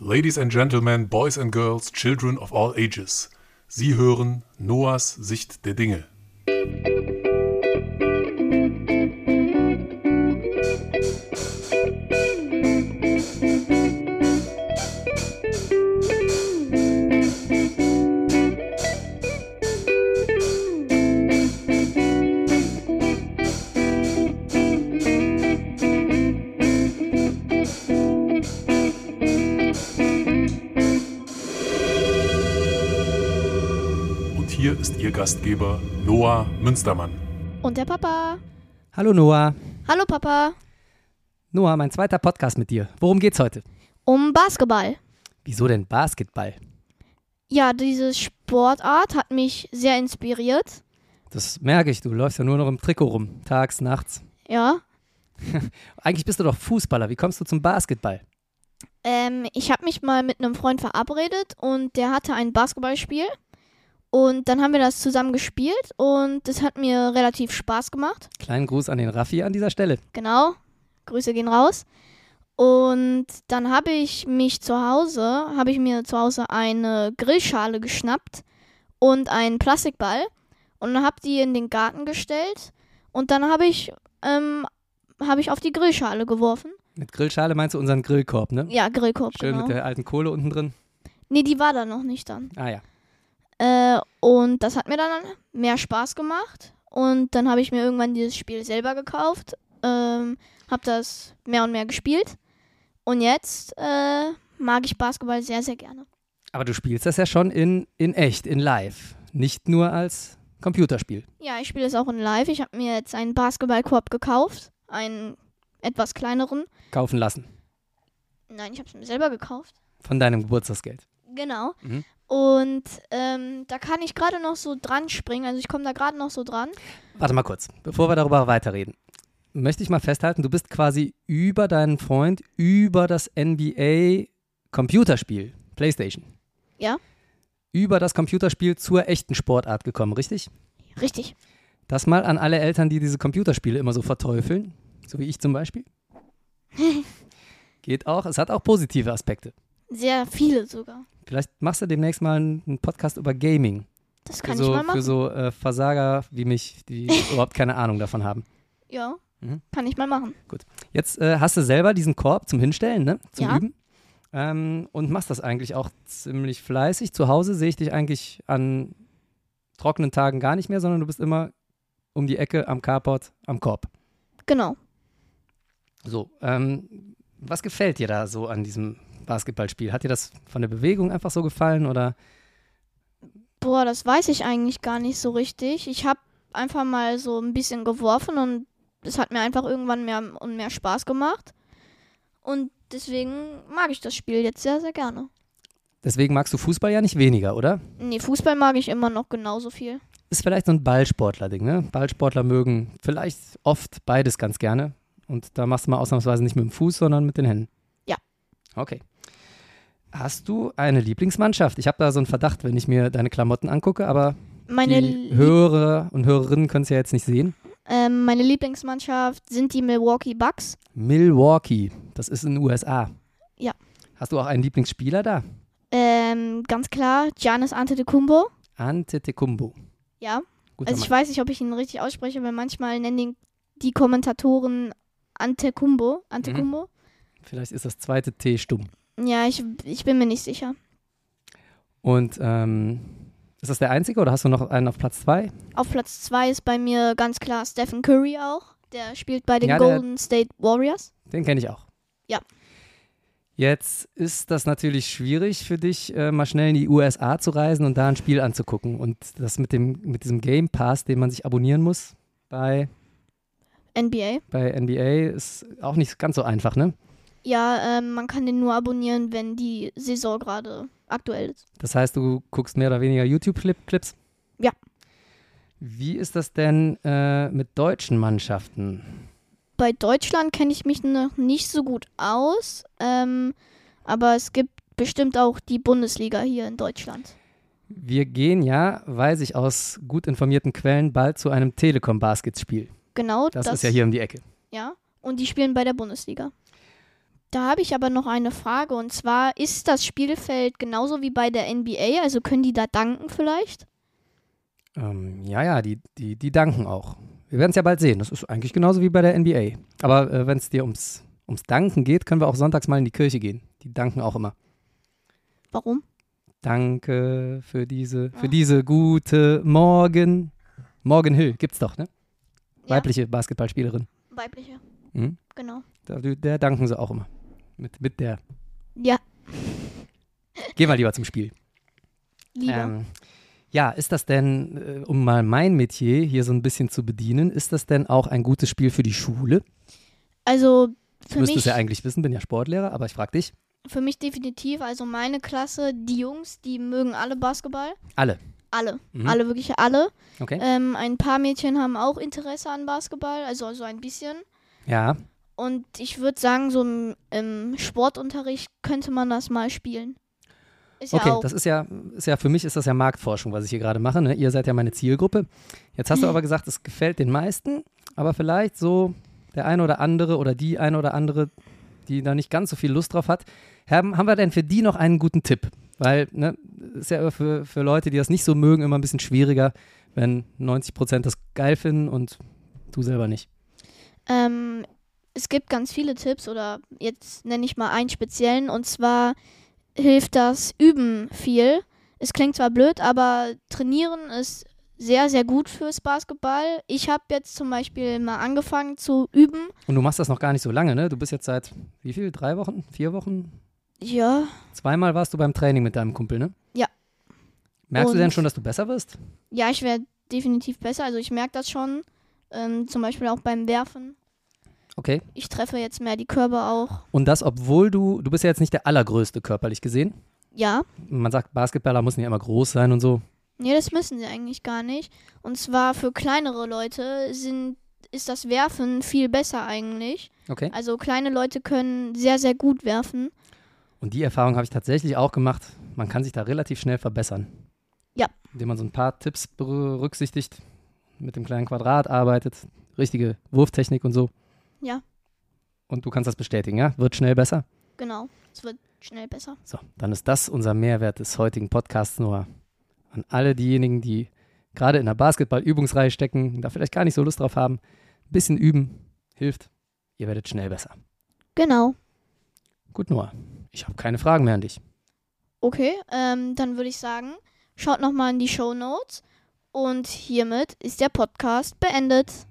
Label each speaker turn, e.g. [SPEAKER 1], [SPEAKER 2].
[SPEAKER 1] Ladies and Gentlemen, Boys and Girls, Children of all ages. Sie hören Noahs Sicht der Dinge. Und hier ist Ihr Gastgeber Noah Münstermann.
[SPEAKER 2] Und der Papa.
[SPEAKER 3] Hallo Noah.
[SPEAKER 2] Hallo Papa.
[SPEAKER 3] Noah, mein zweiter Podcast mit dir. Worum geht's heute?
[SPEAKER 2] Um Basketball.
[SPEAKER 3] Wieso denn Basketball?
[SPEAKER 2] Ja, diese Sportart hat mich sehr inspiriert.
[SPEAKER 3] Das merke ich, du läufst ja nur noch im Trikot rum, tags, nachts.
[SPEAKER 2] Ja.
[SPEAKER 3] Eigentlich bist du doch Fußballer. Wie kommst du zum Basketball?
[SPEAKER 2] Ähm, ich habe mich mal mit einem Freund verabredet und der hatte ein Basketballspiel. Und dann haben wir das zusammen gespielt und das hat mir relativ Spaß gemacht.
[SPEAKER 3] Kleinen Gruß an den Raffi an dieser Stelle.
[SPEAKER 2] Genau. Grüße gehen raus. Und dann habe ich mich zu Hause, habe ich mir zu Hause eine Grillschale geschnappt und einen Plastikball und habe die in den Garten gestellt und dann habe ich, ähm, habe ich auf die Grillschale geworfen.
[SPEAKER 3] Mit Grillschale meinst du unseren Grillkorb, ne?
[SPEAKER 2] Ja, Grillkorb,
[SPEAKER 3] Schön
[SPEAKER 2] genau.
[SPEAKER 3] mit der alten Kohle unten drin.
[SPEAKER 2] Nee, die war da noch nicht dann.
[SPEAKER 3] Ah ja.
[SPEAKER 2] Äh, und das hat mir dann mehr Spaß gemacht. Und dann habe ich mir irgendwann dieses Spiel selber gekauft. Ähm, habe das mehr und mehr gespielt. Und jetzt äh, mag ich Basketball sehr, sehr gerne.
[SPEAKER 3] Aber du spielst das ja schon in, in echt, in live. Nicht nur als Computerspiel.
[SPEAKER 2] Ja, ich spiele es auch in Live. Ich habe mir jetzt einen Basketballkorb gekauft. Einen etwas kleineren.
[SPEAKER 3] Kaufen lassen.
[SPEAKER 2] Nein, ich habe es mir selber gekauft.
[SPEAKER 3] Von deinem Geburtstagsgeld.
[SPEAKER 2] Genau.
[SPEAKER 3] Mhm.
[SPEAKER 2] Und ähm, da kann ich gerade noch so dran springen. Also ich komme da gerade noch so dran.
[SPEAKER 3] Warte mal kurz, bevor wir darüber weiterreden, möchte ich mal festhalten, du bist quasi über deinen Freund, über das NBA-Computerspiel, PlayStation.
[SPEAKER 2] Ja.
[SPEAKER 3] Über das Computerspiel zur echten Sportart gekommen, richtig?
[SPEAKER 2] Richtig.
[SPEAKER 3] Das mal an alle Eltern, die diese Computerspiele immer so verteufeln, so wie ich zum Beispiel. Geht auch, es hat auch positive Aspekte.
[SPEAKER 2] Sehr viele sogar.
[SPEAKER 3] Vielleicht machst du demnächst mal einen Podcast über Gaming.
[SPEAKER 2] Das kann
[SPEAKER 3] für so,
[SPEAKER 2] ich mal machen.
[SPEAKER 3] Für so äh, Versager wie mich, die überhaupt keine Ahnung davon haben.
[SPEAKER 2] Ja.
[SPEAKER 3] Mhm.
[SPEAKER 2] Kann ich mal machen.
[SPEAKER 3] Jetzt äh, hast du selber diesen Korb zum Hinstellen, ne? Zum
[SPEAKER 2] Ja.
[SPEAKER 3] Üben. Ähm, und machst das eigentlich auch ziemlich fleißig. Zu Hause sehe ich dich eigentlich an trockenen Tagen gar nicht mehr, sondern du bist immer um die Ecke am Carport, am Korb.
[SPEAKER 2] Genau.
[SPEAKER 3] So, ähm, was gefällt dir da so an diesem Basketballspiel? Hat dir das von der Bewegung einfach so gefallen oder
[SPEAKER 2] Boah, das weiß ich eigentlich gar nicht so richtig. Ich habe einfach mal so ein bisschen geworfen und es hat mir einfach irgendwann mehr und mehr Spaß gemacht. Und deswegen mag ich das Spiel jetzt sehr, sehr gerne.
[SPEAKER 3] deswegen magst du Fußball ja nicht weniger, oder?
[SPEAKER 2] Nee, Fußball mag ich immer noch genauso viel.
[SPEAKER 3] Ist vielleicht so ein Ballsportler-Ding, ne? Ballsportler mögen vielleicht oft beides ganz gerne. Und da machst du mal ausnahmsweise nicht mit dem Fuß, sondern mit den Händen.
[SPEAKER 2] Ja.
[SPEAKER 3] Okay. Hast du eine Lieblingsmannschaft? Ich habe da so einen Verdacht, wenn ich mir deine Klamotten angucke, aber
[SPEAKER 2] Meine,
[SPEAKER 3] die
[SPEAKER 2] Lie-
[SPEAKER 3] Hörer und Hörerinnen können es ja jetzt nicht sehen.
[SPEAKER 2] ähm, meine Lieblingsmannschaft sind die Milwaukee Bucks.
[SPEAKER 3] Milwaukee, das ist in den USA.
[SPEAKER 2] Ja.
[SPEAKER 3] Hast du auch einen Lieblingsspieler da?
[SPEAKER 2] Ähm, ganz klar, Giannis Antetokounmpo.
[SPEAKER 3] Antetokounmpo.
[SPEAKER 2] Ja,
[SPEAKER 3] Guter
[SPEAKER 2] also ich weiß nicht, ob ich ihn richtig ausspreche, weil manchmal nennen ihn die Kommentatoren Antetokounmpo. Antetokounmpo.
[SPEAKER 3] Mann. Vielleicht ist das zweite T stumm.
[SPEAKER 2] Ja, ich, ich bin mir nicht sicher.
[SPEAKER 3] Und ähm, ist das der einzige oder hast du noch einen auf Platz zwei?
[SPEAKER 2] Auf Platz 2 ist bei mir ganz klar Stephen Curry auch. Der spielt bei den
[SPEAKER 3] Ja, der-
[SPEAKER 2] Golden State Warriors.
[SPEAKER 3] Den kenne ich auch.
[SPEAKER 2] Ja.
[SPEAKER 3] Jetzt ist das natürlich schwierig für dich, äh, mal schnell in die USA zu reisen und da ein Spiel anzugucken. Und das mit, dem, mit diesem Game Pass, den man sich abonnieren muss bei,
[SPEAKER 2] NBA.
[SPEAKER 3] bei NBA, ist auch nicht ganz so einfach, ne?
[SPEAKER 2] Ja, ähm, man kann den nur abonnieren, wenn die Saison gerade aktuell ist.
[SPEAKER 3] Das heißt, du guckst mehr oder weniger YouTube-Clips?
[SPEAKER 2] Ja.
[SPEAKER 3] Wie ist das denn äh, mit deutschen Mannschaften?
[SPEAKER 2] Bei Deutschland kenne ich mich noch nicht so gut aus. Ähm, aber es gibt bestimmt auch die Bundesliga hier in Deutschland.
[SPEAKER 3] Wir gehen ja, weiß ich aus gut informierten Quellen, bald zu einem Telekom-Basketspiel.
[SPEAKER 2] Genau
[SPEAKER 3] Das, ist ja hier um die Ecke.
[SPEAKER 2] Ja, und die spielen bei der Bundesliga. Da habe ich aber noch eine Frage und zwar, ist das Spielfeld genauso wie bei der NBA? Also können die da danken vielleicht?
[SPEAKER 3] Ähm, ja, ja, die, die, die danken auch. Wir werden es ja bald sehen. Das ist eigentlich genauso wie bei der NBA. Aber äh, wenn es dir ums, ums Danken geht, können wir auch sonntags mal in die Kirche gehen. Die danken auch immer.
[SPEAKER 2] Warum?
[SPEAKER 3] Danke für diese, für
[SPEAKER 2] Ah.
[SPEAKER 3] diese gute Morgen. Morgan Hill gibt's doch, ne?
[SPEAKER 2] Ja.
[SPEAKER 3] Weibliche Basketballspielerin.
[SPEAKER 2] Weibliche,
[SPEAKER 3] Mhm.
[SPEAKER 2] genau.
[SPEAKER 3] Da, der danken sie auch immer. Mit, mit der.
[SPEAKER 2] Ja,
[SPEAKER 3] Geh mal lieber zum Spiel.
[SPEAKER 2] lieber.
[SPEAKER 3] Ähm, ja, ist das denn, äh, um mal mein Metier hier so ein bisschen zu bedienen, ist das denn auch ein gutes Spiel für die Schule?
[SPEAKER 2] also
[SPEAKER 3] Du
[SPEAKER 2] für mich,
[SPEAKER 3] müsstest ja eigentlich wissen, bin ja Sportlehrer, aber ich frage dich.
[SPEAKER 2] für mich definitiv, also meine Klasse, die Jungs, die mögen alle Basketball.
[SPEAKER 3] Alle.
[SPEAKER 2] Alle,
[SPEAKER 3] Mhm.
[SPEAKER 2] alle, wirklich alle.
[SPEAKER 3] Okay.
[SPEAKER 2] Ähm, ein paar Mädchen haben auch Interesse an Basketball, also so ein bisschen.
[SPEAKER 3] ja,
[SPEAKER 2] Und ich würde sagen, so im, im Sportunterricht könnte man das mal spielen. Ist ja
[SPEAKER 3] okay.
[SPEAKER 2] auch.
[SPEAKER 3] Das ist ja, ist ja, für mich ist das ja Marktforschung, was ich hier gerade mache. Ne? Ihr seid ja meine Zielgruppe. Jetzt hast du aber gesagt, es gefällt den meisten, aber vielleicht so der eine oder andere oder die eine oder andere, die da nicht ganz so viel Lust drauf hat. Haben, haben wir denn für die noch einen guten Tipp? Weil, ne, ist ja für, für Leute, die das nicht so mögen, immer ein bisschen schwieriger, wenn 90 Prozent das geil finden und du selber nicht.
[SPEAKER 2] Ähm, es gibt ganz viele Tipps oder jetzt nenne ich mal einen speziellen und zwar hilft das Üben viel. Es klingt zwar blöd, aber trainieren ist sehr, sehr gut fürs Basketball. Ich habe jetzt zum Beispiel mal angefangen zu üben.
[SPEAKER 3] Und du machst das noch gar nicht so lange, ne? Du bist jetzt seit wie viel? Drei Wochen? Vier Wochen?
[SPEAKER 2] Ja,
[SPEAKER 3] Zweimal warst du beim Training mit deinem Kumpel, ne?
[SPEAKER 2] Ja.
[SPEAKER 3] Merkst du
[SPEAKER 2] Und-
[SPEAKER 3] denn schon, dass du besser wirst?
[SPEAKER 2] ja ich wäre definitiv besser. Also ich merke das schon. Ähm, zum Beispiel auch beim Werfen.
[SPEAKER 3] Okay.
[SPEAKER 2] Ich treffe jetzt mehr die Körbe auch.
[SPEAKER 3] Und das, obwohl du, du bist ja jetzt nicht der allergrößte körperlich gesehen.
[SPEAKER 2] Ja.
[SPEAKER 3] Man sagt, Basketballer müssen ja immer groß sein und so.
[SPEAKER 2] Nee, das müssen sie eigentlich gar nicht. Und zwar für kleinere Leute sind, ist das Werfen viel besser eigentlich.
[SPEAKER 3] Okay.
[SPEAKER 2] Also kleine Leute können sehr, sehr gut werfen.
[SPEAKER 3] Und die Erfahrung habe ich tatsächlich auch gemacht. Man kann sich da relativ schnell verbessern.
[SPEAKER 2] Ja.
[SPEAKER 3] Indem man so ein paar Tipps berücksichtigt, mit dem kleinen Quadrat arbeitet, richtige Wurftechnik und so.
[SPEAKER 2] Ja.
[SPEAKER 3] Und du kannst das bestätigen, ja? Wird schnell besser?
[SPEAKER 2] Genau. Es wird schnell besser.
[SPEAKER 3] So, dann ist das unser Mehrwert des heutigen Podcasts, Noah. An alle diejenigen, die gerade in der Basketball-Übungsreihe stecken, da vielleicht gar nicht so Lust drauf haben, ein bisschen üben hilft. Ihr werdet schnell besser.
[SPEAKER 2] Genau.
[SPEAKER 3] Gut, Noah. Ich habe keine Fragen mehr an dich.
[SPEAKER 2] Okay, ähm, dann würde ich sagen, schaut nochmal in die Show Notes. Und hiermit ist der Podcast beendet.